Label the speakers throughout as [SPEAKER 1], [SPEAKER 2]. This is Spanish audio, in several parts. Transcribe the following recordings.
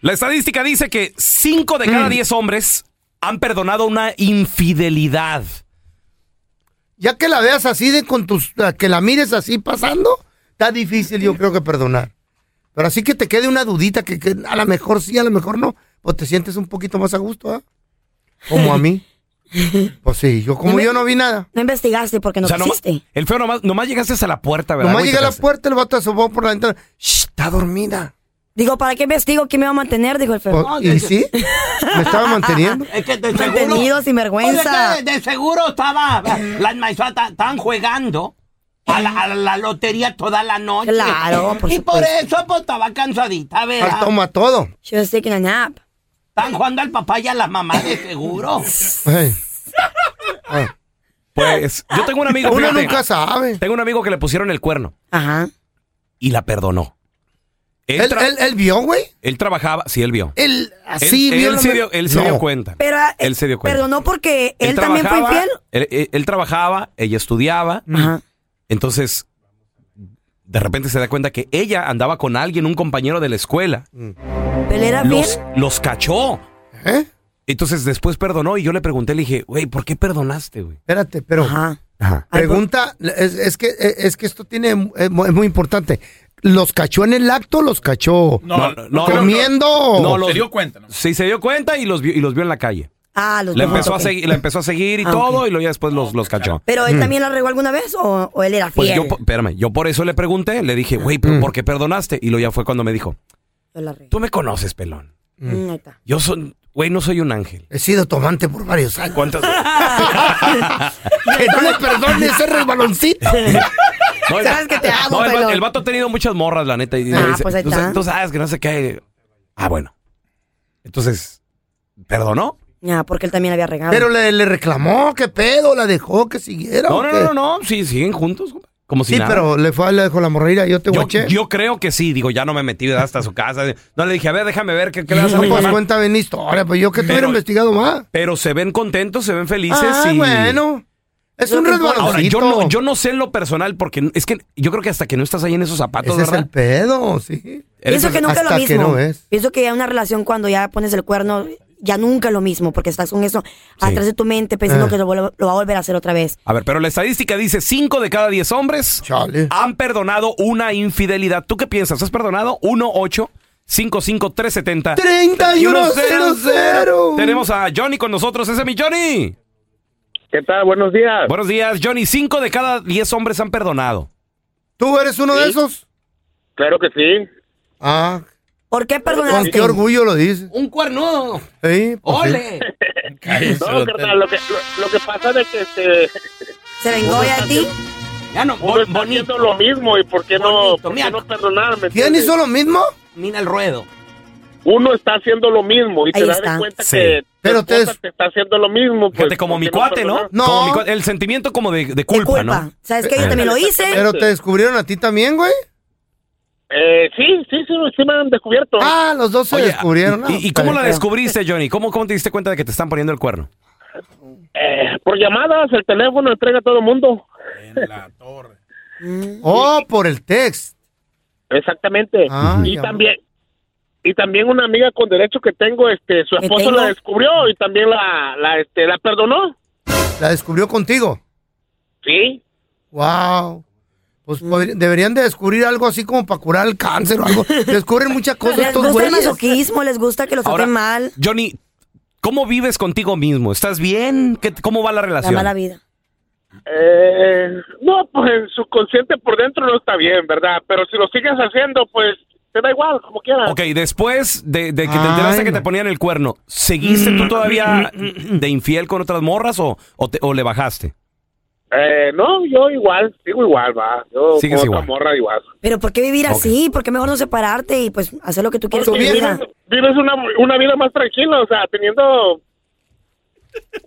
[SPEAKER 1] La estadística dice que 5 de
[SPEAKER 2] Mm.
[SPEAKER 1] cada 10 hombres han perdonado una infidelidad.
[SPEAKER 2] Ya que la veas así de con tus, que la mires así pasando, está difícil yo creo que perdonar. Pero así que te quede una dudita que, que a lo mejor sí, a lo mejor no, pues te sientes un poquito más a gusto, ¿ah? Como a mí. Pues sí, yo como yo no vi nada.
[SPEAKER 3] No investigaste porque no
[SPEAKER 1] O sea, nomás-
[SPEAKER 3] quisiste.
[SPEAKER 1] el feo nomás, nomás llegaste a la puerta, ¿verdad?
[SPEAKER 2] Nomás
[SPEAKER 1] güey?
[SPEAKER 2] llegué a la
[SPEAKER 1] Te-
[SPEAKER 2] puerta, el vato asomó por la ventana. Shh, está dormida.
[SPEAKER 3] Digo, ¿para qué investigo? ¿Quién me va a mantener? Dijo el feo.
[SPEAKER 2] Pues, ¿Y sí? Me estaba manteniendo.
[SPEAKER 4] Es que de
[SPEAKER 3] Mantenido,
[SPEAKER 4] seguro.
[SPEAKER 3] sin vergüenza.
[SPEAKER 4] Oye, que de, de seguro estaba. Las maizuatas estaban jugando. A la, a la lotería toda la noche.
[SPEAKER 3] Claro, por
[SPEAKER 4] Y por
[SPEAKER 3] supuesto.
[SPEAKER 4] eso pues estaba cansadita,
[SPEAKER 2] Él
[SPEAKER 4] ¿verdad?
[SPEAKER 2] toma todo.
[SPEAKER 3] She was taking a nap.
[SPEAKER 4] Están jugando al papá y a la mamá de seguro.
[SPEAKER 2] Ey. Ah.
[SPEAKER 1] Pues yo tengo un amigo.
[SPEAKER 2] Uno
[SPEAKER 1] fíjate,
[SPEAKER 2] nunca sabe.
[SPEAKER 1] Tengo un amigo que le pusieron el cuerno
[SPEAKER 3] Ajá.
[SPEAKER 1] y la perdonó. Él,
[SPEAKER 2] Él,
[SPEAKER 1] tra-
[SPEAKER 2] él- él vio, güey.
[SPEAKER 1] él trabajaba, sí, él vio.
[SPEAKER 2] Él
[SPEAKER 1] Él-
[SPEAKER 2] así
[SPEAKER 1] él,
[SPEAKER 2] vio. la
[SPEAKER 1] se
[SPEAKER 2] me-
[SPEAKER 1] dio, él se
[SPEAKER 2] No.
[SPEAKER 1] dio cuenta.
[SPEAKER 3] Pero eh,
[SPEAKER 1] él se dio cuenta.
[SPEAKER 3] Perdonó porque él, también fue
[SPEAKER 1] trabajaba,
[SPEAKER 3] infiel.
[SPEAKER 1] Él, él- él trabajaba, ella estudiaba.
[SPEAKER 3] Ajá.
[SPEAKER 1] Entonces, de repente se da cuenta que ella andaba con alguien, un compañero de la escuela.
[SPEAKER 3] Pero Mm. él era fiel.
[SPEAKER 1] Los, los cachó.
[SPEAKER 2] ¿Eh?
[SPEAKER 1] Entonces después perdonó y yo le pregunté, le dije, güey, ¿por qué perdonaste, güey?
[SPEAKER 2] Espérate, pero
[SPEAKER 3] Ajá. pues,
[SPEAKER 2] pregunta, es, es que, e, es que esto tiene, es mu- es muy importante. ¿Los cachó en el acto o los cachó
[SPEAKER 1] No, no, no,
[SPEAKER 2] comiendo?
[SPEAKER 1] No, los-
[SPEAKER 5] Se dio cuenta, ¿no?
[SPEAKER 1] Sí, se dio cuenta y los vio, y los vio en la calle.
[SPEAKER 3] Ah, los
[SPEAKER 1] La
[SPEAKER 3] dos,
[SPEAKER 1] empezó, a
[SPEAKER 3] ok.
[SPEAKER 1] seguir, la empezó a seguir y
[SPEAKER 3] Ah,
[SPEAKER 1] todo,
[SPEAKER 3] ok.
[SPEAKER 1] y luego ya después los, los cachó. Mm.
[SPEAKER 3] Pero
[SPEAKER 2] Mm.
[SPEAKER 3] él también la regó alguna vez o, o él era
[SPEAKER 1] Pues
[SPEAKER 3] fiel.
[SPEAKER 1] yo, po- espérame, yo por eso le pregunté, le dije, güey, ¿pero
[SPEAKER 2] Mm.
[SPEAKER 1] ¿por qué perdonaste? Y luego ya fue cuando me dijo,
[SPEAKER 3] Yo la regué.
[SPEAKER 1] tú me conoces, pelón.
[SPEAKER 3] Mm, ahí está.
[SPEAKER 1] Yo soy, güey, no soy un ángel.
[SPEAKER 2] He sido tomante por varios años.
[SPEAKER 1] ¿Cuántas?
[SPEAKER 2] Mm. Que no le perdone ese resbaloncito.
[SPEAKER 1] No, el-
[SPEAKER 3] Sabes que te amo,
[SPEAKER 1] no, el,
[SPEAKER 3] pelón.
[SPEAKER 1] va- el vato ha tenido muchas morras, la neta. Y
[SPEAKER 3] Ah,
[SPEAKER 1] le dice,
[SPEAKER 3] pues ahí
[SPEAKER 1] "Tú
[SPEAKER 3] está.
[SPEAKER 1] sa- Tú sabes que no sé qué. Ah, bueno. Entonces, ¿perdonó?
[SPEAKER 3] Ya, porque él también la había regado.
[SPEAKER 2] Pero le, le reclamó, ¿qué pedo? ¿La dejó que siguiera?
[SPEAKER 1] No,
[SPEAKER 2] o
[SPEAKER 1] no,
[SPEAKER 2] qué?
[SPEAKER 1] no, no, no. Sí, siguen juntos. compa. Como si
[SPEAKER 2] Sí,
[SPEAKER 1] nada.
[SPEAKER 2] pero le fue, le dejó la morrera, yo te
[SPEAKER 1] Yo,
[SPEAKER 2] guaché.
[SPEAKER 1] yo creo que sí, digo, ya no me metí ¿verdad? hasta su casa. No le dije, a ver, déjame ver qué, qué le vas a
[SPEAKER 2] No, pues
[SPEAKER 1] reclamar.
[SPEAKER 2] cuéntame una historia, pues yo que te
[SPEAKER 1] Pero-
[SPEAKER 2] hubiera investigado más.
[SPEAKER 1] Pero se ven contentos, se ven felices.
[SPEAKER 2] ah,
[SPEAKER 1] y...
[SPEAKER 2] bueno. Es
[SPEAKER 3] Lo
[SPEAKER 2] un
[SPEAKER 3] que importa.
[SPEAKER 2] resbaloncito.
[SPEAKER 1] Ahora, yo no, yo no sé en lo personal, porque es que yo creo que hasta que no estás ahí en esos zapatos,
[SPEAKER 2] Ese es
[SPEAKER 1] ¿verdad?
[SPEAKER 2] el pedo, sí.
[SPEAKER 1] Eres
[SPEAKER 3] Pienso que
[SPEAKER 1] el-
[SPEAKER 3] nunca es lo
[SPEAKER 2] hasta que
[SPEAKER 3] mismo.
[SPEAKER 2] no es.
[SPEAKER 3] Pienso que ya una relación cuando ya pones el cuerno, ya nunca es lo mismo, porque estás con eso atrás de tu mente pensando
[SPEAKER 2] Ah.
[SPEAKER 3] que lo, vuelve- lo va a volver a hacer otra vez.
[SPEAKER 1] A ver, pero la estadística dice 5 de cada 10 hombres
[SPEAKER 2] Chale.
[SPEAKER 1] han perdonado una infidelidad. ¿Tú qué piensas? ¿Has perdonado? 1 8 55 370
[SPEAKER 2] 3100.
[SPEAKER 1] Tenemos a Johnny con nosotros. Ese es mi Johnny.
[SPEAKER 6] ¿Qué tal? Buenos días.
[SPEAKER 1] Buenos días, Johnny. 5 de cada 10 hombres han perdonado.
[SPEAKER 2] ¿Tú eres uno de esos?
[SPEAKER 6] Claro que sí.
[SPEAKER 2] Ah,
[SPEAKER 3] ¿Por qué
[SPEAKER 2] con
[SPEAKER 3] perdonaste?
[SPEAKER 2] qué orgullo lo dices.
[SPEAKER 4] Un cuernudo.
[SPEAKER 2] Sí, pues sí.
[SPEAKER 4] ¡Ole!
[SPEAKER 6] No, carnal, lo que, lo, lo que pasa es que este,
[SPEAKER 3] ¿Se vengó de ti?
[SPEAKER 4] Ya no,
[SPEAKER 6] uno
[SPEAKER 4] bo-
[SPEAKER 6] está
[SPEAKER 4] bonito.
[SPEAKER 6] haciendo lo mismo y ¿por qué no,
[SPEAKER 4] Bonito,
[SPEAKER 6] por
[SPEAKER 4] mira.
[SPEAKER 6] qué no perdonarme?
[SPEAKER 2] ¿Quién hizo lo mismo?
[SPEAKER 4] Mira el ruedo.
[SPEAKER 6] Uno está haciendo lo mismo y
[SPEAKER 3] Ahí
[SPEAKER 6] te das
[SPEAKER 3] está.
[SPEAKER 6] de cuenta
[SPEAKER 1] Sí.
[SPEAKER 6] que tu
[SPEAKER 2] Pero
[SPEAKER 6] esposa
[SPEAKER 2] ustedes-
[SPEAKER 6] te está haciendo lo mismo. Pues,
[SPEAKER 1] Fíjate, como
[SPEAKER 6] ¿por
[SPEAKER 1] mi
[SPEAKER 6] qué no
[SPEAKER 1] cuate, ¿no?
[SPEAKER 6] perdonar?
[SPEAKER 2] No. Eh,
[SPEAKER 1] Como mi cuate, el sentimiento como de, de
[SPEAKER 3] De
[SPEAKER 1] culpa, ¿no?
[SPEAKER 3] ¿Sabes qué? Yo también lo hice.
[SPEAKER 2] Pero te descubrieron a ti también, güey.
[SPEAKER 6] Eh, sí, sí, sí, sí me han descubierto.
[SPEAKER 2] Ah, los dos se
[SPEAKER 1] Oye,
[SPEAKER 2] descubrieron.
[SPEAKER 1] ¿Y, y cómo
[SPEAKER 2] descubrieron?
[SPEAKER 1] la descubriste, Johnny? ¿Cómo, ¿Cómo te diste cuenta de que te están poniendo el cuerno?
[SPEAKER 6] Eh, por llamadas, el teléfono entrega a todo el mundo.
[SPEAKER 5] En la torre.
[SPEAKER 3] Mm.
[SPEAKER 2] Oh, por el text.
[SPEAKER 6] Exactamente.
[SPEAKER 2] Ah,
[SPEAKER 6] y
[SPEAKER 2] ya.
[SPEAKER 6] también... Y también una amiga con derecho que tengo, este, su
[SPEAKER 3] ¿Que
[SPEAKER 6] esposo
[SPEAKER 3] tengo?
[SPEAKER 6] la descubrió y también la, la, este, la perdonó.
[SPEAKER 2] La descubrió contigo.
[SPEAKER 6] Sí,
[SPEAKER 2] Wow. Pues podri- deberían de descubrir algo así como para curar el cáncer o algo. Descubren muchas cosas
[SPEAKER 3] Les
[SPEAKER 2] estos
[SPEAKER 3] gusta el
[SPEAKER 2] güeyes.
[SPEAKER 3] masoquismo, les gusta que los
[SPEAKER 1] Ahora,
[SPEAKER 3] traten mal.
[SPEAKER 1] Johnny, ¿cómo vives contigo mismo? ¿Estás bien? ¿Qué- ¿Cómo va la
[SPEAKER 3] La
[SPEAKER 1] relación?
[SPEAKER 3] mala vida.
[SPEAKER 6] Eh, no, pues el subconsciente por dentro no está bien, ¿verdad? Pero si lo sigues haciendo, pues te da igual, como quieras.
[SPEAKER 1] Ok, después de, de que te
[SPEAKER 2] Ay,
[SPEAKER 1] enteraste que
[SPEAKER 2] no. Mm,
[SPEAKER 1] te ponían el cuerno, ¿seguiste tú todavía de infiel con otras morras o, o, te- o le bajaste?
[SPEAKER 6] Eh, no, yo igual, sigo igual, va. Yo
[SPEAKER 1] Sigues
[SPEAKER 6] con otra
[SPEAKER 1] igual.
[SPEAKER 6] morra igual.
[SPEAKER 3] Pero ¿por qué vivir así? ¿Por qué mejor no separarte y pues hacer lo que tú quieres con tu
[SPEAKER 6] Porque
[SPEAKER 3] vida?
[SPEAKER 6] vives, vives una, una vida más tranquila, o sea, teniendo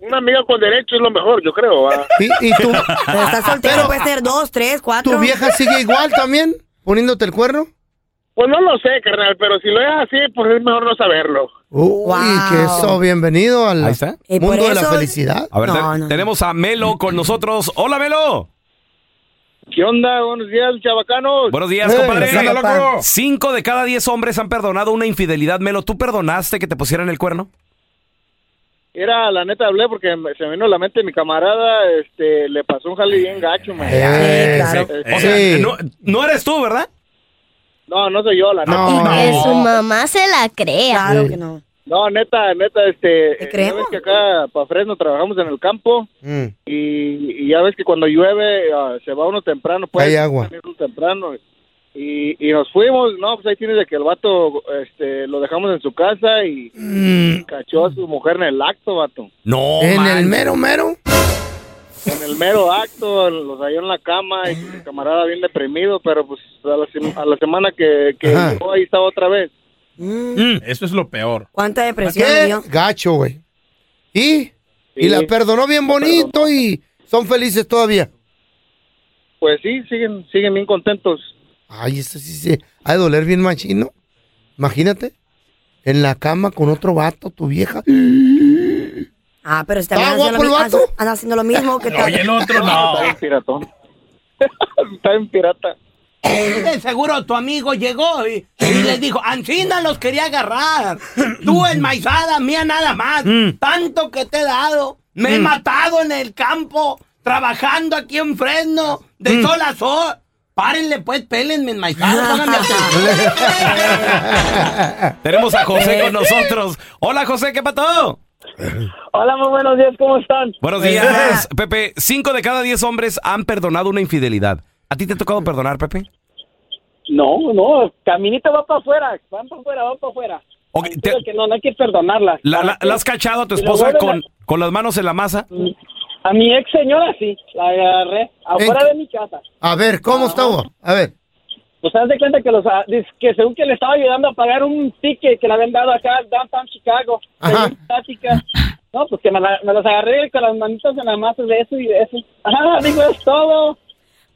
[SPEAKER 6] una amiga con derecho es lo mejor, yo creo, va.
[SPEAKER 2] Y, y tú,
[SPEAKER 3] Pero estás soltero,
[SPEAKER 2] Pero- pues,
[SPEAKER 3] puedes tener dos, tres, cuatro.
[SPEAKER 2] tu vieja sigue igual también, poniéndote el cuerno.
[SPEAKER 6] Pues no lo sé, carnal, pero si lo es así, pues es mejor no saberlo.
[SPEAKER 2] Uy,
[SPEAKER 3] Wow.
[SPEAKER 2] que eso, bienvenido al
[SPEAKER 1] Ahí está.
[SPEAKER 3] Y Eh, por
[SPEAKER 2] mundo de la
[SPEAKER 3] eso-
[SPEAKER 2] felicidad.
[SPEAKER 1] A ver,
[SPEAKER 3] No,
[SPEAKER 1] te-
[SPEAKER 3] no, no.
[SPEAKER 1] tenemos a Melo con nosotros. Hola, Melo.
[SPEAKER 6] ¿Qué onda? Buenos días, chavacanos.
[SPEAKER 1] Buenos días,
[SPEAKER 2] Eh,
[SPEAKER 1] compadre.
[SPEAKER 2] ¿qué onda,
[SPEAKER 1] Papá. Cinco de cada diez hombres han perdonado una infidelidad. Melo, ¿tú perdonaste que te pusieran el cuerno?
[SPEAKER 6] Mira, la neta hablé porque me- se me vino a la mente mi camarada, este, le pasó un jale bien gacho, man.
[SPEAKER 2] Eh,
[SPEAKER 3] Sí, claro.
[SPEAKER 1] O sea,
[SPEAKER 2] Sí.
[SPEAKER 1] no, no eres tú, ¿verdad?
[SPEAKER 6] No, no soy yo, la neta.
[SPEAKER 2] No,
[SPEAKER 7] Que su mamá se la crea.
[SPEAKER 3] Claro que no.
[SPEAKER 6] No, neta, neta, este,
[SPEAKER 3] ¿Te
[SPEAKER 6] eh, ya
[SPEAKER 3] creemos?
[SPEAKER 6] ves que acá para Fresno trabajamos en el campo
[SPEAKER 2] Mm.
[SPEAKER 6] y, y ya ves que cuando llueve ah, se va uno temprano, pues.
[SPEAKER 2] Hay agua.
[SPEAKER 6] salir uno temprano. Y, y nos fuimos, no, pues ahí tienes de que el vato, este, lo dejamos en su casa y
[SPEAKER 4] Mm.
[SPEAKER 6] cachó a su mujer en el acto, vato.
[SPEAKER 1] No.
[SPEAKER 2] Mm.
[SPEAKER 4] Oh,
[SPEAKER 2] en
[SPEAKER 1] man.
[SPEAKER 2] el mero mero.
[SPEAKER 6] En el mero acto, los halló en la cama y mi camarada bien deprimido, pero pues a la, sem- a la semana que, que
[SPEAKER 2] Ajá.
[SPEAKER 6] llegó ahí estaba otra vez.
[SPEAKER 3] Mm,
[SPEAKER 5] Eso es lo peor.
[SPEAKER 3] ¿Cuánta depresión
[SPEAKER 2] ¿Qué?
[SPEAKER 3] vivió?
[SPEAKER 2] Gacho, güey. Y, y la perdonó bien bonito y son felices todavía.
[SPEAKER 6] Pues sí, siguen, siguen bien contentos.
[SPEAKER 2] Ay, eso sí se ha de doler bien machino. Imagínate, en la cama con otro vato, tu vieja.
[SPEAKER 3] Ah, pero si
[SPEAKER 2] ¿Está
[SPEAKER 3] también andan haciendo, lo
[SPEAKER 2] guapo el
[SPEAKER 3] mismo,
[SPEAKER 2] vato?
[SPEAKER 3] andan haciendo lo mismo que
[SPEAKER 5] Oye, el otro no.
[SPEAKER 6] Está bien piratón. Está bien pirata.
[SPEAKER 4] De seguro tu amigo llegó y, y les dijo, Ancina los quería agarrar. Tú enmaizada, mía nada más. Tanto que te he dado. Me he matado en el campo, trabajando aquí en Fresno, de sol a sol. Párenle pues, pélenme enmaizada, pónganme atención.
[SPEAKER 1] Tenemos a José con nosotros. Hola, José, ¿qué pato?
[SPEAKER 6] Hola, muy buenos días, ¿cómo están?
[SPEAKER 1] Buenos días, Pepe. Cinco de cada diez hombres han perdonado una infidelidad. ¿A ti te ha tocado perdonar, Pepe?
[SPEAKER 6] No, no, caminito va para afuera, van para afuera, van para afuera.
[SPEAKER 1] Ok, te-
[SPEAKER 6] Creo que no, no hay que perdonarlas.
[SPEAKER 1] la, la- la has cachado a tu
[SPEAKER 6] Y lo
[SPEAKER 1] esposa
[SPEAKER 6] vuelven
[SPEAKER 1] con, con las manos en la masa?
[SPEAKER 6] A mi ex señora sí, la agarré afuera
[SPEAKER 1] Eh.
[SPEAKER 2] Ven.
[SPEAKER 6] de mi casa.
[SPEAKER 2] A ver, ¿cómo estaba? A ver.
[SPEAKER 6] Pues haz de cuenta que los ah, dice que según que le estaba ayudando a pagar un ticket que le habían dado acá al Downtown Chicago,
[SPEAKER 2] Ajá.
[SPEAKER 6] según táctica. No, pues que me, la- me los agarré con las manitas en la masa de eso y de eso. Ah, digo, es todo.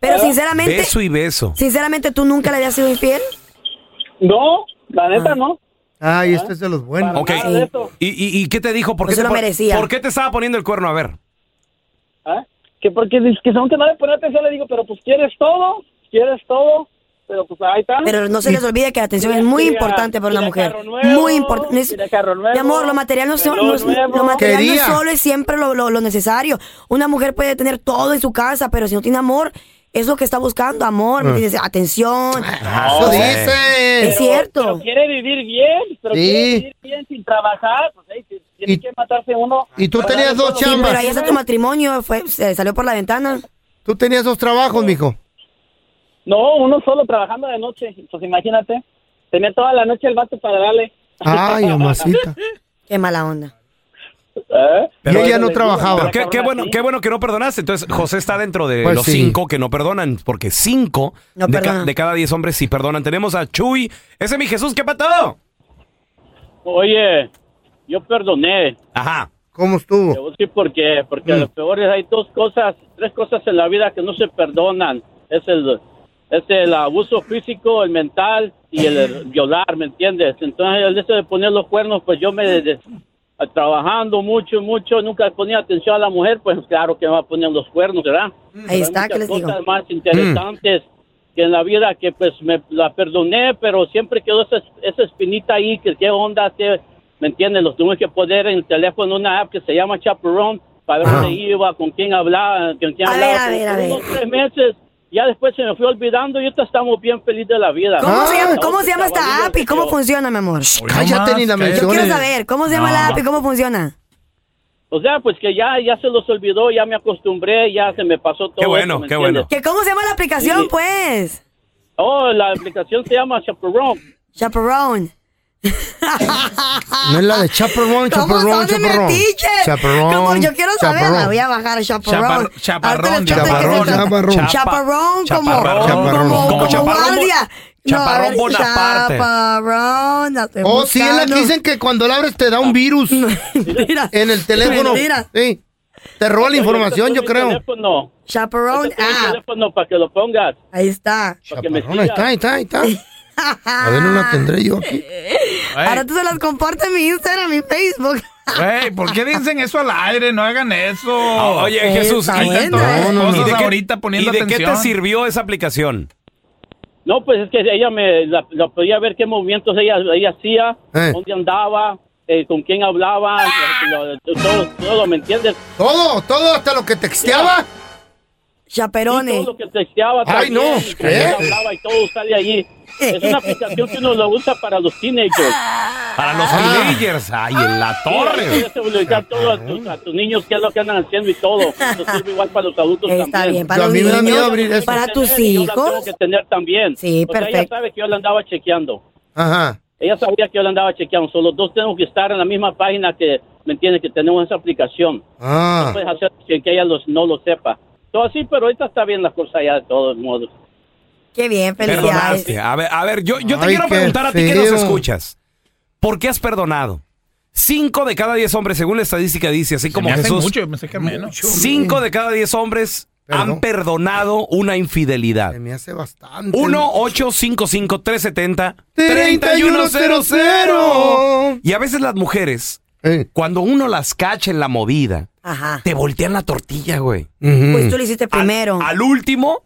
[SPEAKER 3] Pero sinceramente,
[SPEAKER 1] Beso y beso.
[SPEAKER 3] sinceramente, ¿tú nunca le habías sido infiel?
[SPEAKER 6] No, la neta no.
[SPEAKER 2] Ay, este es de los buenos.
[SPEAKER 1] Ok.
[SPEAKER 6] Nada de eso.
[SPEAKER 1] ¿Y, y, y qué te dijo? ¿Por
[SPEAKER 3] No Pues
[SPEAKER 1] qué
[SPEAKER 3] se
[SPEAKER 1] te,
[SPEAKER 3] lo
[SPEAKER 1] pon-
[SPEAKER 3] merecía.
[SPEAKER 1] ¿Por qué te estaba poniendo el cuerno? A ver.
[SPEAKER 6] ¿Ah? Que porque dice que según que no le ponía atención, le digo, pero pues quieres todo, quieres todo. Pero pues ahí está.
[SPEAKER 3] Pero no se les olvide que la atención es muy
[SPEAKER 6] Mira,
[SPEAKER 3] importante para una
[SPEAKER 6] mira
[SPEAKER 3] mujer.
[SPEAKER 6] carro nuevo,
[SPEAKER 3] muy importante. Es-
[SPEAKER 6] mira carro nuevo,
[SPEAKER 3] Mi amor, lo material no, es-
[SPEAKER 6] reloj
[SPEAKER 3] no es-
[SPEAKER 6] nuevo.
[SPEAKER 3] lo material no es
[SPEAKER 2] Quería.
[SPEAKER 3] solo y siempre lo, lo- lo necesario. Una mujer puede tener todo en su casa, pero si no tiene amor, es lo que está buscando, amor, ¿me entiendes? Atención.
[SPEAKER 2] Eso dice.
[SPEAKER 3] es cierto.
[SPEAKER 6] Pero quiere vivir bien, pero
[SPEAKER 2] Sí.
[SPEAKER 6] quiere vivir bien sin trabajar. Pues, hey, si- tiene
[SPEAKER 2] Y-
[SPEAKER 6] que matarse uno.
[SPEAKER 2] y tú
[SPEAKER 6] Para
[SPEAKER 2] tenías
[SPEAKER 6] darle
[SPEAKER 2] dos
[SPEAKER 6] todo.
[SPEAKER 3] Sí,
[SPEAKER 2] chambas.
[SPEAKER 3] pero ahí está tu matrimonio, fue, se salió por la ventana.
[SPEAKER 2] Tú tenías dos trabajos, mijo.
[SPEAKER 6] No, uno solo trabajando de noche. Pues imagínate. Tenía toda la noche el vato para darle.
[SPEAKER 2] Ay, mamacita.
[SPEAKER 3] Qué mala onda.
[SPEAKER 6] ¿Eh?
[SPEAKER 2] Y ella no
[SPEAKER 6] Pero-
[SPEAKER 2] trabajaba.
[SPEAKER 1] Pero qué, qué
[SPEAKER 6] cabrón,
[SPEAKER 1] bueno,
[SPEAKER 6] sí.
[SPEAKER 1] qué bueno que no perdonaste. Entonces, José está dentro de
[SPEAKER 2] Pues
[SPEAKER 1] los
[SPEAKER 2] sí.
[SPEAKER 1] cinco que no perdonan, porque cinco
[SPEAKER 3] No
[SPEAKER 1] de, ca-
[SPEAKER 3] perdonan.
[SPEAKER 1] de cada diez hombres sí perdonan. Tenemos a Chuy. Ese es mi Jesús, ¿qué pato?
[SPEAKER 6] Oye, yo é, perdoné.
[SPEAKER 1] Ajá.
[SPEAKER 2] ¿Cómo
[SPEAKER 6] Te
[SPEAKER 2] estuvo?
[SPEAKER 6] voy a decir por qué. Porque
[SPEAKER 2] Mm.
[SPEAKER 6] lo peor es hay dos cosas, tres cosas en la vida que no se perdonan. Es el, es el abuso físico, el mental y el, violar, ¿me entiendes? Entonces, el hecho de poner los cuernos, pues yo me... de- trabajando mucho, mucho, nunca ponía atención a la mujer, pues claro que me va a poner los cuernos, ¿verdad?
[SPEAKER 3] Ahí está,
[SPEAKER 6] Hay muchas
[SPEAKER 3] ¿qué les digo? Mm.
[SPEAKER 6] cosas más interesantes que en la vida que pues me la perdoné, pero siempre quedó esa, esa espinita ahí, que qué onda, qué- ¿me entiendes? Los tuve que poner en el teléfono una app que se llama Chaperone para ver
[SPEAKER 2] Ajá.
[SPEAKER 6] dónde iba, con quién hablaba, con quién
[SPEAKER 3] A ver,
[SPEAKER 6] hablaba.
[SPEAKER 3] a ver, a ver.
[SPEAKER 6] Unos tres meses, ya después se me fue olvidando y ahorita estamos bien feliz de la vida.
[SPEAKER 3] ¿Cómo, se llama, cómo
[SPEAKER 6] Ahorita,
[SPEAKER 3] se llama esta
[SPEAKER 6] chavalillos,
[SPEAKER 3] app y cómo
[SPEAKER 6] pero-
[SPEAKER 3] funciona, mi amor?
[SPEAKER 5] Hoy
[SPEAKER 2] Ah. Cállate ni
[SPEAKER 5] nomás,
[SPEAKER 2] la
[SPEAKER 5] cállate.
[SPEAKER 3] Yo
[SPEAKER 2] menciones.
[SPEAKER 3] quiero saber, ¿cómo se llama la app y cómo funciona?
[SPEAKER 6] O sea, pues que ya, ya se los olvidó, ya me acostumbré, ya se me pasó todo.
[SPEAKER 1] Qué bueno,
[SPEAKER 6] eso, ¿me
[SPEAKER 1] qué
[SPEAKER 6] entiendes?
[SPEAKER 1] bueno.
[SPEAKER 3] ¿Que ¿Cómo se llama la aplicación,
[SPEAKER 6] Sí.
[SPEAKER 3] pues?
[SPEAKER 6] Oh, la aplicación se llama Chaperone.
[SPEAKER 3] Chaperone.
[SPEAKER 2] No es la de
[SPEAKER 3] ¿Cómo
[SPEAKER 2] chaperón, chaperón,
[SPEAKER 3] son de
[SPEAKER 2] chaperón.
[SPEAKER 3] metiches?
[SPEAKER 2] Chaperón.
[SPEAKER 3] Como yo quiero saber,
[SPEAKER 2] chaperón.
[SPEAKER 3] la voy a bajar a chaparrón.
[SPEAKER 5] Chapar- chaparrón,
[SPEAKER 3] Ahorita les cuento de qué se trata.
[SPEAKER 2] chaparrón,
[SPEAKER 3] Chaparrón, como,
[SPEAKER 1] chaparrón,
[SPEAKER 3] como, como,
[SPEAKER 1] como chaparrón bo-
[SPEAKER 3] guardia.
[SPEAKER 1] chaparrón
[SPEAKER 3] a ver,
[SPEAKER 1] Bonaparte.
[SPEAKER 3] Chaparrón, la estoy
[SPEAKER 2] Oh, sí, es la que
[SPEAKER 3] buscando.
[SPEAKER 2] dicen que cuando la abres te da un virus
[SPEAKER 3] Mentira.
[SPEAKER 2] en el teléfono.
[SPEAKER 3] Mentira.
[SPEAKER 2] Sí. Te roba la información,
[SPEAKER 6] Este es
[SPEAKER 2] yo
[SPEAKER 6] mi
[SPEAKER 2] creo.
[SPEAKER 6] Teléfono.
[SPEAKER 3] Chaparrón,
[SPEAKER 6] Este es mi
[SPEAKER 3] ah,
[SPEAKER 6] teléfono para que lo pongas.
[SPEAKER 3] ahí está.
[SPEAKER 6] Para que me
[SPEAKER 2] Chaparrón, ahí
[SPEAKER 6] sigas.
[SPEAKER 2] está, ahí está, ahí está. A ver, no la tendré yo aquí.
[SPEAKER 3] Ah. Ahora tú se las comparte en mi Instagram, mi Facebook.
[SPEAKER 5] Güey, ¿por qué dicen eso al aire? No hagan eso.
[SPEAKER 1] Oh, Oye,
[SPEAKER 3] Esa
[SPEAKER 1] Jesús, ¿y,
[SPEAKER 3] buena,
[SPEAKER 5] No, no, no.
[SPEAKER 1] ¿y de, qué,
[SPEAKER 5] Ahorita poniendo
[SPEAKER 1] y de qué te
[SPEAKER 5] atención.
[SPEAKER 1] sirvió esa aplicación?
[SPEAKER 6] No, pues es que ella me la, la podía ver qué movimientos ella, ella hacía,
[SPEAKER 2] Eh.
[SPEAKER 6] dónde andaba, eh, con quién hablaba, lo- lo- todo, todo, ¿me entiendes?
[SPEAKER 2] Todo, todo, hasta lo que texteaba.
[SPEAKER 6] Todo
[SPEAKER 3] Chaperones.
[SPEAKER 6] lo que texteaba
[SPEAKER 2] Ay,
[SPEAKER 6] también,
[SPEAKER 2] no,
[SPEAKER 6] y con quién
[SPEAKER 2] ¿eh?
[SPEAKER 6] hablaba y todo sale allí. Es una aplicación que uno lo usa para los teenagers.
[SPEAKER 1] Para los
[SPEAKER 2] Ah.
[SPEAKER 1] teenagers, ay, en la
[SPEAKER 6] Sí,
[SPEAKER 1] torre.
[SPEAKER 6] puedes obligar todo a tus, a tus niños qué es lo que andan haciendo y todo. Eso sirve igual para los adultos
[SPEAKER 3] Está
[SPEAKER 6] también.
[SPEAKER 3] bien,
[SPEAKER 2] Yo
[SPEAKER 3] para
[SPEAKER 2] a
[SPEAKER 3] los
[SPEAKER 2] mí me da miedo
[SPEAKER 3] niños,
[SPEAKER 2] abrir eso.
[SPEAKER 3] para tus
[SPEAKER 6] Yo la tengo
[SPEAKER 3] hijos.
[SPEAKER 6] que tener también.
[SPEAKER 3] Sí,
[SPEAKER 6] O sea,
[SPEAKER 3] perfecto.
[SPEAKER 6] Ella sabe que yo la andaba chequeando.
[SPEAKER 2] Ajá.
[SPEAKER 6] Ella sabía que yo la andaba chequeando. Solo los dos tenemos que estar en la misma página que, ¿me entiendes? Que tenemos esa aplicación.
[SPEAKER 2] Ah.
[SPEAKER 6] Puedes hacer que que ella los, no lo sepa. Todo así, pero ahorita está bien la cosa ya de todos modos.
[SPEAKER 3] Qué bien, felicidades.
[SPEAKER 1] Perdonaste. A ver, a ver, yo, yo te
[SPEAKER 2] Ay,
[SPEAKER 1] quiero
[SPEAKER 2] qué
[SPEAKER 1] preguntar a ti que nos
[SPEAKER 2] feo.
[SPEAKER 1] escuchas. ¿Por qué has perdonado? Cinco de cada diez hombres, según la estadística dice, así como
[SPEAKER 5] me hace
[SPEAKER 1] Jesús,
[SPEAKER 5] mucho, yo pensé que menos.
[SPEAKER 1] cinco de cada diez hombres
[SPEAKER 2] Perdón.
[SPEAKER 1] han perdonado una infidelidad.
[SPEAKER 2] Se me hace bastante.
[SPEAKER 1] 1-855-370-3100. Y a veces las mujeres,
[SPEAKER 2] Eh.
[SPEAKER 1] cuando uno las cacha en la movida,
[SPEAKER 3] Ajá.
[SPEAKER 1] te voltean la tortilla, güey.
[SPEAKER 2] Ujú.
[SPEAKER 3] Ah. Pues tú lo hiciste
[SPEAKER 1] Al-
[SPEAKER 3] primero.
[SPEAKER 1] Al, último,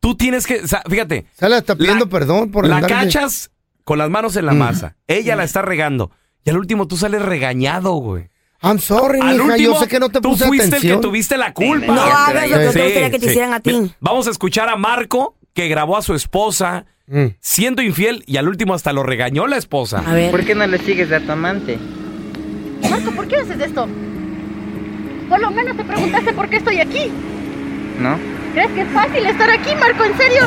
[SPEAKER 1] tú tienes que. o sea, fíjate,
[SPEAKER 2] Sale hasta pidiendo
[SPEAKER 1] la-
[SPEAKER 2] perdón por Mm.
[SPEAKER 1] la
[SPEAKER 2] andar de-
[SPEAKER 1] cachas con las manos en la masa. Ella la está regando. Y al último tú sales regañado, güey.
[SPEAKER 2] I'm sorry,
[SPEAKER 1] Al
[SPEAKER 2] mija,
[SPEAKER 1] último,
[SPEAKER 2] yo sé que no te
[SPEAKER 1] tú
[SPEAKER 2] puse
[SPEAKER 1] fuiste
[SPEAKER 2] atención.
[SPEAKER 1] el que tuviste la culpa.
[SPEAKER 3] No hagas lo que
[SPEAKER 2] Sí,
[SPEAKER 3] tú querías que te
[SPEAKER 1] sí.
[SPEAKER 3] hicieran a
[SPEAKER 1] Mira,
[SPEAKER 3] ti.
[SPEAKER 1] Vamos a escuchar a Marco, que grabó a su esposa
[SPEAKER 2] Mm.
[SPEAKER 1] siendo infiel y al último hasta lo regañó la esposa.
[SPEAKER 3] A ver.
[SPEAKER 8] ¿Por qué no le sigues a tu amante?
[SPEAKER 9] Marco, ¿por qué haces esto? Por lo menos te preguntaste por qué estoy aquí.
[SPEAKER 8] ¿No?
[SPEAKER 9] ¿Crees que es fácil estar aquí, Marco? ¿En serio?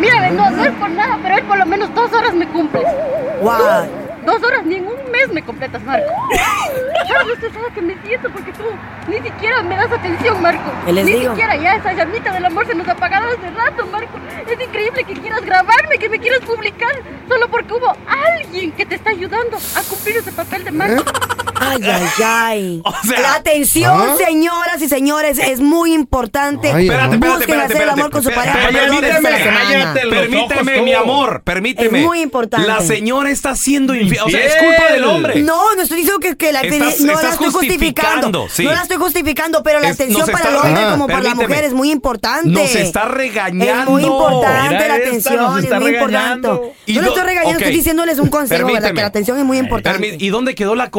[SPEAKER 9] Mira, no, no es por nada, pero él por lo menos dos horas me cumples.
[SPEAKER 3] Guau.
[SPEAKER 9] Dos horas ni en un mes me completas, Marco. Sabes lo estresada que me siento porque tú ni siquiera me das atención, Marco.
[SPEAKER 3] ¿Qué les
[SPEAKER 9] ni
[SPEAKER 3] digo?
[SPEAKER 9] siquiera ya esa llamita del amor se nos ha apagado hace rato, Marco. Es increíble que quieras grabarme, que me quieras publicar, solo porque hubo alguien que te está ayudando a cumplir ese papel de Marco.
[SPEAKER 3] Ay, ay, ay.
[SPEAKER 1] O sea-
[SPEAKER 3] la atención,
[SPEAKER 2] ¿Ah?
[SPEAKER 3] señoras y señores, es muy importante.
[SPEAKER 2] Ay, Espérate,
[SPEAKER 3] Busquen
[SPEAKER 1] espérate, espérate,
[SPEAKER 3] hacer el amor
[SPEAKER 1] espérate,
[SPEAKER 3] con su
[SPEAKER 1] espérate,
[SPEAKER 3] pareja.
[SPEAKER 1] espérate,
[SPEAKER 3] por lo menos
[SPEAKER 1] permíteme,
[SPEAKER 3] esta semana.
[SPEAKER 5] cállate. los
[SPEAKER 1] Permíteme,
[SPEAKER 5] ojos,
[SPEAKER 1] mi
[SPEAKER 5] tú.
[SPEAKER 1] amor, permíteme.
[SPEAKER 3] Es muy importante.
[SPEAKER 1] La señora está siendo infiel. O sea, es culpa del hombre.
[SPEAKER 3] No, no estoy diciendo que, que la
[SPEAKER 1] Estás-
[SPEAKER 3] atención- no la
[SPEAKER 1] estás
[SPEAKER 3] estoy justificando.
[SPEAKER 1] justificando, sí.
[SPEAKER 3] No la estoy justificando, pero la
[SPEAKER 1] Es-
[SPEAKER 3] atención
[SPEAKER 1] nos
[SPEAKER 3] para
[SPEAKER 1] está-
[SPEAKER 3] el hombre
[SPEAKER 2] Ah,
[SPEAKER 3] como para la
[SPEAKER 1] permíteme.
[SPEAKER 3] mujer es muy importante.
[SPEAKER 1] Nos está regañando.
[SPEAKER 3] Es muy importante
[SPEAKER 5] Mira
[SPEAKER 3] la
[SPEAKER 5] esta,
[SPEAKER 3] atención,
[SPEAKER 5] nos está
[SPEAKER 3] es muy
[SPEAKER 5] regañando.
[SPEAKER 3] importante.
[SPEAKER 1] Y
[SPEAKER 3] Yo no
[SPEAKER 1] do-
[SPEAKER 3] estoy regañando,
[SPEAKER 1] ok.
[SPEAKER 3] estoy diciéndoles un consejo, ¿verdad?
[SPEAKER 1] Permíteme.
[SPEAKER 3] Que la atención es muy importante.
[SPEAKER 1] Permi- ¿Y dónde quedó la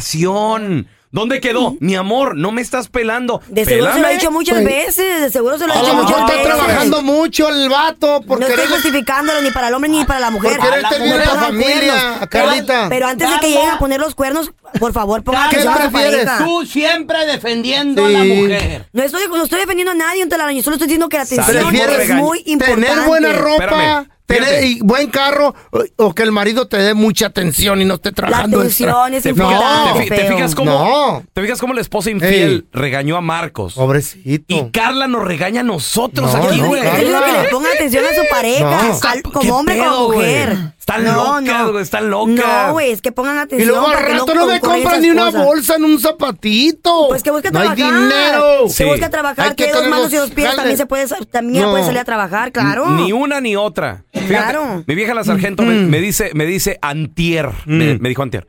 [SPEAKER 1] comunicación? ¿Dónde quedó? Mi amor, no me estás pelando.
[SPEAKER 3] De seguro se lo
[SPEAKER 1] Pélame.
[SPEAKER 3] he dicho muchas
[SPEAKER 2] Oye.
[SPEAKER 3] veces, de seguro se lo he
[SPEAKER 2] A
[SPEAKER 3] dicho
[SPEAKER 2] lo mejor
[SPEAKER 3] muchas
[SPEAKER 2] está
[SPEAKER 3] veces.
[SPEAKER 2] trabajando mucho el vato
[SPEAKER 3] No
[SPEAKER 2] porque
[SPEAKER 3] estoy justificándolo ni para el hombre ni para la mujer.
[SPEAKER 2] Por querer
[SPEAKER 3] A la
[SPEAKER 2] tener
[SPEAKER 3] mujer
[SPEAKER 2] una
[SPEAKER 3] pongan
[SPEAKER 2] familia,
[SPEAKER 3] cuernos.
[SPEAKER 2] Carlita.
[SPEAKER 3] Pero, pero antes de que
[SPEAKER 4] Carla.
[SPEAKER 3] lleguen a poner los cuernos, por favor, pongan
[SPEAKER 4] ¿Qué
[SPEAKER 3] atención a su
[SPEAKER 2] prefieres?
[SPEAKER 3] pareja.
[SPEAKER 4] Tú siempre defendiendo a la
[SPEAKER 2] Sí.
[SPEAKER 4] mujer.
[SPEAKER 3] No estoy, no estoy defendiendo a nadie, un telaraño. Solo estoy diciendo que la atención
[SPEAKER 2] prefieres
[SPEAKER 3] es muy importante.
[SPEAKER 2] tener buena ropa,
[SPEAKER 1] Espérame,
[SPEAKER 2] tener
[SPEAKER 1] fíjate.
[SPEAKER 2] y buen carro o, o que el marido te dé mucha atención y no esté trabajando. extra.
[SPEAKER 3] atención es
[SPEAKER 1] ¿Te,
[SPEAKER 3] No,
[SPEAKER 1] fijas- te fi-
[SPEAKER 3] feo.
[SPEAKER 1] te fijas cómo,
[SPEAKER 2] No.
[SPEAKER 1] te fijas cómo la esposa infiel
[SPEAKER 2] Ey.
[SPEAKER 1] regañó a Marcos?
[SPEAKER 2] Pobrecito.
[SPEAKER 1] Y Carla nos regaña a nosotros
[SPEAKER 2] No,
[SPEAKER 1] aquí,
[SPEAKER 3] Yo
[SPEAKER 2] no,
[SPEAKER 1] güey.
[SPEAKER 3] digo- yo digo que
[SPEAKER 2] Carla.
[SPEAKER 3] le ponga atención a su pareja,
[SPEAKER 2] No.
[SPEAKER 3] al- como hombre, como mujer.
[SPEAKER 1] Están
[SPEAKER 3] No,
[SPEAKER 1] locas,
[SPEAKER 3] no.
[SPEAKER 1] güey, están locas.
[SPEAKER 3] No, güey, es que pongan
[SPEAKER 2] Y
[SPEAKER 3] atención.
[SPEAKER 2] luego al
[SPEAKER 3] para que
[SPEAKER 2] rato no me
[SPEAKER 3] concurren
[SPEAKER 2] compran
[SPEAKER 3] esas
[SPEAKER 2] ni una
[SPEAKER 3] cosas.
[SPEAKER 2] bolsa ni un zapatito.
[SPEAKER 3] Pues que busca
[SPEAKER 2] no
[SPEAKER 3] trabajar.
[SPEAKER 2] hay dinero.
[SPEAKER 3] Se
[SPEAKER 1] Sí.
[SPEAKER 3] busca trabajar,
[SPEAKER 2] Hay que
[SPEAKER 3] tiene dos
[SPEAKER 2] tener
[SPEAKER 3] manos y
[SPEAKER 2] los
[SPEAKER 3] dos pies, también
[SPEAKER 2] jales.
[SPEAKER 3] se puede, sa- también
[SPEAKER 2] No.
[SPEAKER 3] puede salir a trabajar, claro.
[SPEAKER 1] Ni una ni otra.
[SPEAKER 3] Claro.
[SPEAKER 1] Mi vieja la sargento me, me dice, me dice antier, me, me dijo antier.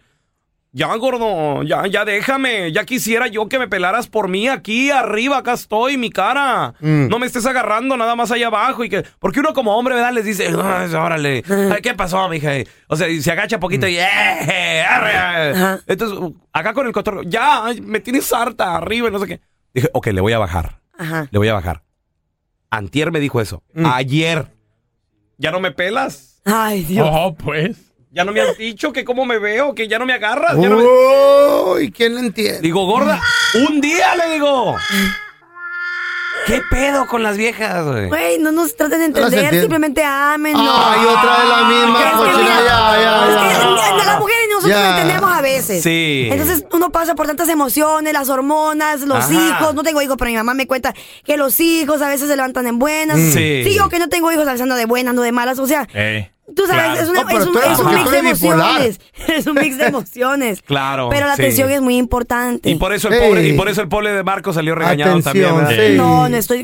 [SPEAKER 1] Ya, gordo, ya, ya déjame. Ya quisiera yo que me pelaras por mí aquí arriba, acá estoy, mi cara.
[SPEAKER 2] Mm.
[SPEAKER 1] No me estés agarrando nada más allá abajo. y que Porque uno como hombre, ¿verdad? Les dice, "Ay, órale, Ay, ¿qué pasó, mija? O sea, y se agacha poquito y... "Eh, eh, arre, arre".
[SPEAKER 3] Ajá.
[SPEAKER 1] Entonces, acá con el cotorreo, ya, ay, me tienes harta arriba y no sé qué. Dije, ok, le voy a bajar.
[SPEAKER 3] Ajá.
[SPEAKER 1] Le voy a bajar. Antier me dijo eso. Ayer. ¿Ya no me pelas?
[SPEAKER 3] Ay, Dios.
[SPEAKER 5] Oh, pues.
[SPEAKER 1] ¿Ya no me has dicho que cómo me veo? ¿Que ya no me agarras? ¿Ya no me-
[SPEAKER 2] Uy, ¿quién le entiende?
[SPEAKER 1] Digo, gorda, un día le digo. ¿Qué pedo con las viejas, güey?
[SPEAKER 3] Güey, no nos traten de
[SPEAKER 1] las
[SPEAKER 3] entender,
[SPEAKER 1] entiendo.
[SPEAKER 3] simplemente amen. No.
[SPEAKER 1] Ay, otra vez la misma
[SPEAKER 3] Es que
[SPEAKER 1] cochinada,
[SPEAKER 3] mira,
[SPEAKER 1] ya, ya,
[SPEAKER 3] es que
[SPEAKER 1] ya.
[SPEAKER 3] la- Las mujeres y nosotros
[SPEAKER 1] Ya.
[SPEAKER 3] nos entendemos a veces.
[SPEAKER 1] Sí.
[SPEAKER 3] Entonces uno pasa por tantas emociones, las hormonas, los
[SPEAKER 1] Ajá.
[SPEAKER 3] hijos. No tengo hijos, pero mi mamá me cuenta que los hijos a veces se levantan en buenas.
[SPEAKER 1] Mm. Sí.
[SPEAKER 3] yo que no tengo hijos, a veces ando de buenas, no de malas. O sea, tú sabes,
[SPEAKER 1] Claro.
[SPEAKER 3] es, una-
[SPEAKER 1] No, pero
[SPEAKER 3] es un,
[SPEAKER 1] tú eres-
[SPEAKER 3] es un
[SPEAKER 1] porque
[SPEAKER 3] mix
[SPEAKER 1] tú
[SPEAKER 3] de
[SPEAKER 1] eres bipolar.
[SPEAKER 3] emociones. es un mix de emociones.
[SPEAKER 1] Claro.
[SPEAKER 3] Pero la
[SPEAKER 1] sí.
[SPEAKER 3] atención es muy importante.
[SPEAKER 1] Y por eso el pobre, y por eso el pobre de Marco salió regañado
[SPEAKER 2] Atención,
[SPEAKER 1] también.
[SPEAKER 2] sí.
[SPEAKER 3] No, no estoy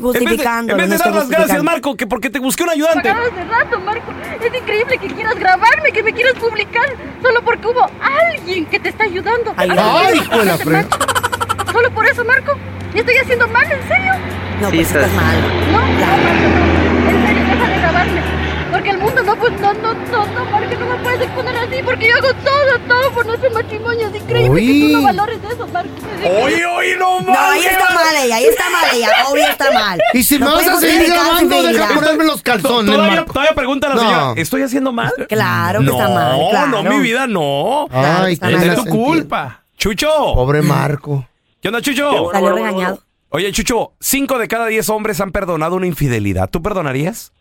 [SPEAKER 3] justificando.
[SPEAKER 1] justificando. En vez de,
[SPEAKER 3] no estoy
[SPEAKER 1] dar las gracias,
[SPEAKER 3] justificando.
[SPEAKER 1] Marco, que porque te busqué un ayudante.
[SPEAKER 9] Pagados de rato, Marco. Es increíble que quieras grabarme, que me quieras publicar, solo porque hubo alguien que te está ayudando.
[SPEAKER 2] Ay,
[SPEAKER 9] Alguien que
[SPEAKER 2] ay,
[SPEAKER 9] te
[SPEAKER 2] hijo de la
[SPEAKER 9] conoce, Marco. Solo por eso, Marco. ¿Me estoy haciendo mal, en serio?
[SPEAKER 3] No, pues estás mal.
[SPEAKER 9] No, no, Marco, no. En serio, deja de grabarme. Porque el mundo no, pues, no, no, no, no, Marco, no me puedes exponer así, porque yo hago todo, todo por nuestro matrimonio. Es increíble que tú
[SPEAKER 3] Uy.
[SPEAKER 9] no valores eso, Marco.
[SPEAKER 3] Oye,
[SPEAKER 1] oye, no
[SPEAKER 3] No, ahí está mal ella, ahí está mal ella, obvio está mal.
[SPEAKER 2] Y si
[SPEAKER 3] No
[SPEAKER 2] me vas
[SPEAKER 3] puedes
[SPEAKER 2] a seguir
[SPEAKER 3] justificar su
[SPEAKER 2] grabando, deja
[SPEAKER 3] infidelidad.
[SPEAKER 2] ponerme los calzones,
[SPEAKER 1] Todavía,
[SPEAKER 2] Marco.
[SPEAKER 1] todavía pregunta a la
[SPEAKER 2] No.
[SPEAKER 1] señora, ¿estoy haciendo mal?
[SPEAKER 3] Claro que
[SPEAKER 1] no,
[SPEAKER 3] está mal, claro.
[SPEAKER 1] No, mi vida, no.
[SPEAKER 2] Claro Ay, que está
[SPEAKER 1] es
[SPEAKER 2] mal.
[SPEAKER 1] de tu
[SPEAKER 2] Sentido.
[SPEAKER 1] culpa. Chucho.
[SPEAKER 2] Pobre Marco.
[SPEAKER 1] ¿Qué onda, Chucho?
[SPEAKER 3] Salió regañado.
[SPEAKER 1] Oye, Chucho, cinco de cada diez hombres han perdonado una infidelidad. ¿Tú perdonarías?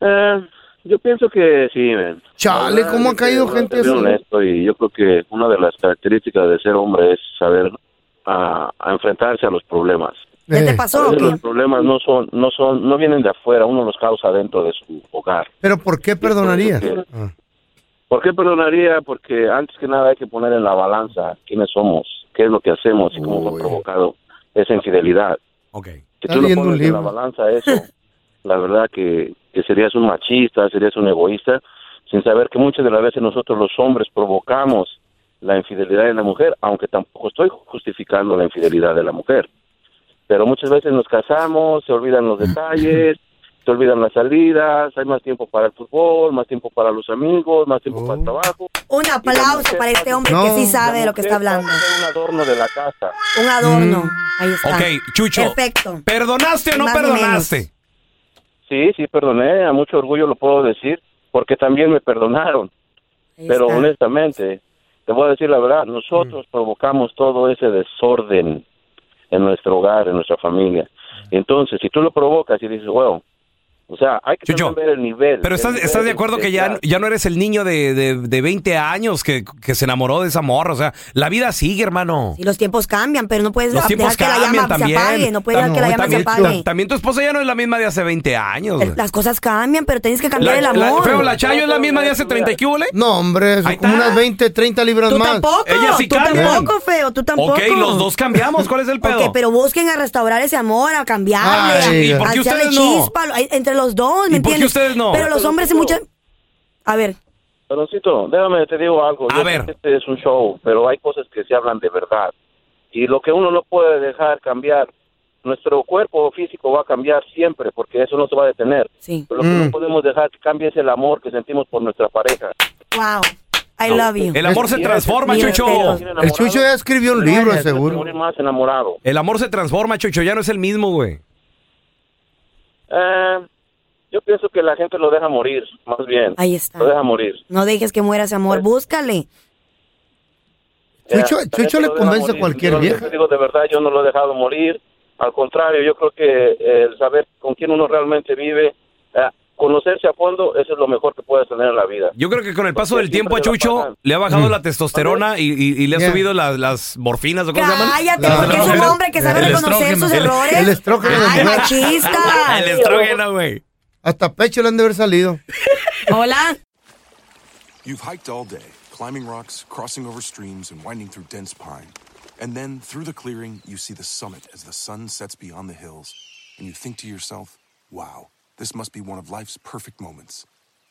[SPEAKER 10] Eh, yo pienso que sí, men.
[SPEAKER 2] Chale, ¿cómo ha caído gente
[SPEAKER 10] Ser
[SPEAKER 2] así?
[SPEAKER 10] honesto y yo creo que una de las características de ser hombre es saber ah, a enfrentarse a los problemas.
[SPEAKER 3] ¿Qué
[SPEAKER 2] Eh.
[SPEAKER 3] te
[SPEAKER 10] A
[SPEAKER 3] pasó o
[SPEAKER 10] veces
[SPEAKER 3] qué?
[SPEAKER 10] Los problemas no son, no son, no vienen de afuera, uno los causa dentro de su hogar.
[SPEAKER 2] ¿Pero por qué perdonarías? Ah.
[SPEAKER 10] ¿Por qué perdonaría? Porque antes que nada hay que poner en la balanza quiénes somos, qué es lo que hacemos y cómo fue provocado esa infidelidad. Si tú
[SPEAKER 2] Está
[SPEAKER 10] lo
[SPEAKER 2] leyendo un
[SPEAKER 10] pones en la
[SPEAKER 2] libro.
[SPEAKER 10] balanza eso, la verdad que, que serías un machista, serías un egoísta, sin saber que muchas de las veces nosotros los hombres provocamos la infidelidad de la mujer, aunque tampoco estoy justificando la infidelidad de la mujer. Pero muchas veces nos casamos, se olvidan los detalles, se olvidan las salidas, hay más tiempo para el fútbol, más tiempo para los amigos, más tiempo para el trabajo.
[SPEAKER 3] Un aplauso para este hombre
[SPEAKER 10] No.
[SPEAKER 3] que sí sabe de lo que está hablando.
[SPEAKER 10] Un adorno de la casa.
[SPEAKER 3] Un adorno. Ahí está.
[SPEAKER 1] Ok, Chucho.
[SPEAKER 3] Perfecto.
[SPEAKER 1] ¿Perdonaste o no
[SPEAKER 3] Más ni
[SPEAKER 1] perdonaste?
[SPEAKER 10] Sí, sí, perdoné, a mucho orgullo lo puedo decir, porque también me perdonaron. Pero
[SPEAKER 11] está.
[SPEAKER 10] honestamente, te voy a decir la verdad, nosotros provocamos todo ese desorden en nuestro hogar, en nuestra familia. Entonces, si tú lo provocas y dices, wow, o sea, hay que también ver el nivel. el
[SPEAKER 1] Pero estás,
[SPEAKER 10] nivel
[SPEAKER 1] estás de acuerdo que ya, ya no eres el niño de, de, de 20 años que, que se enamoró de esa morra. O sea, la vida sigue, hermano.
[SPEAKER 3] Y los tiempos cambian, pero no puedes
[SPEAKER 1] Los
[SPEAKER 3] dejar
[SPEAKER 1] tiempos
[SPEAKER 3] que la
[SPEAKER 1] cambian
[SPEAKER 3] llama
[SPEAKER 1] también.
[SPEAKER 3] se apague. No puedes dejar que la llama se
[SPEAKER 1] también,
[SPEAKER 3] apague.
[SPEAKER 1] ta- también tu esposa ya no es la misma de hace 20 años. güey.
[SPEAKER 3] Las cosas cambian, pero tienes que cambiar el
[SPEAKER 1] La- la-
[SPEAKER 3] amor.
[SPEAKER 1] feo, la Chayo es la misma de hace 30 y qué hubo, le?
[SPEAKER 2] No, hombre, son como unas 20, 30 libras
[SPEAKER 3] Tú
[SPEAKER 2] más.
[SPEAKER 3] tampoco. tú tampoco, feo. Tú tampoco.
[SPEAKER 1] Ok, los dos cambiamos. ¿Cuál es el pedo?
[SPEAKER 3] Ok, pero busquen a restaurar ese amor, a cambiarle,
[SPEAKER 1] Ay, ¿y
[SPEAKER 3] a,
[SPEAKER 1] por
[SPEAKER 3] a
[SPEAKER 1] qué
[SPEAKER 3] echarle
[SPEAKER 1] ustedes no?
[SPEAKER 3] chispa lo- ay, entre los dos, ¿me
[SPEAKER 1] ¿Y por qué
[SPEAKER 3] entiendes?
[SPEAKER 1] ustedes no?
[SPEAKER 3] Pero los hombres se muchas... A ver,
[SPEAKER 10] Peroncito, déjame, te digo algo. A ver. Este es un show, pero hay cosas que se hablan de verdad. Y lo que uno no puede dejar cambiar, nuestro cuerpo físico va a cambiar siempre, porque eso no se va a detener. Pero lo que
[SPEAKER 2] Mm.
[SPEAKER 10] no podemos dejar que cambie es el amor que sentimos por nuestra pareja.
[SPEAKER 3] wow, I love you.
[SPEAKER 1] El amor se transforma,
[SPEAKER 3] Mira,
[SPEAKER 1] Chucho.
[SPEAKER 3] pero-
[SPEAKER 2] El Chucho ya escribió un libro, seguro.
[SPEAKER 10] más enamorado.
[SPEAKER 1] El amor se transforma, Chucho. Ya no es el mismo, güey.
[SPEAKER 10] Eh, yo pienso que la gente lo deja morir, más bien.
[SPEAKER 3] Ahí está.
[SPEAKER 10] Lo deja morir.
[SPEAKER 3] No dejes que muera ese amor, búscale.
[SPEAKER 2] Chucho-
[SPEAKER 10] Eh, la
[SPEAKER 2] Chucho
[SPEAKER 10] gente
[SPEAKER 2] le
[SPEAKER 10] lo deja
[SPEAKER 2] convence a
[SPEAKER 10] morir.
[SPEAKER 2] cualquier
[SPEAKER 10] Yo te
[SPEAKER 2] vieja.
[SPEAKER 10] digo de verdad, yo no lo he dejado morir. Al contrario, yo creo que eh, el saber con quién uno realmente vive, eh, conocerse a fondo, eso es lo mejor que puedes tener en la vida.
[SPEAKER 1] Yo creo que con el paso
[SPEAKER 10] Porque
[SPEAKER 1] del tiempo a
[SPEAKER 10] siempre se la
[SPEAKER 1] Chucho
[SPEAKER 10] pasan.
[SPEAKER 1] le ha bajado
[SPEAKER 2] Mm.
[SPEAKER 1] la testosterona y, y- y le ha
[SPEAKER 10] Yeah.
[SPEAKER 1] subido las, las morfinas o cómo se llaman.
[SPEAKER 3] Cállate,
[SPEAKER 1] Las-
[SPEAKER 3] porque es un
[SPEAKER 1] las-
[SPEAKER 3] hombre que sabe
[SPEAKER 1] el
[SPEAKER 3] reconocer
[SPEAKER 1] estrógeno.
[SPEAKER 3] sus
[SPEAKER 1] El-
[SPEAKER 3] errores.
[SPEAKER 2] el estrógeno de
[SPEAKER 3] Ay,
[SPEAKER 2] mujer.
[SPEAKER 3] machista.
[SPEAKER 1] El estrógeno, güey.
[SPEAKER 2] Hasta pecho le han de haber salido.
[SPEAKER 3] Hola.
[SPEAKER 12] You've hiked all day, climbing rocks, crossing over streams, and winding through dense pine. And then, through the clearing, you see the summit as the sun sets beyond the hills. And you think to yourself, wow, this must be one of life's perfect moments.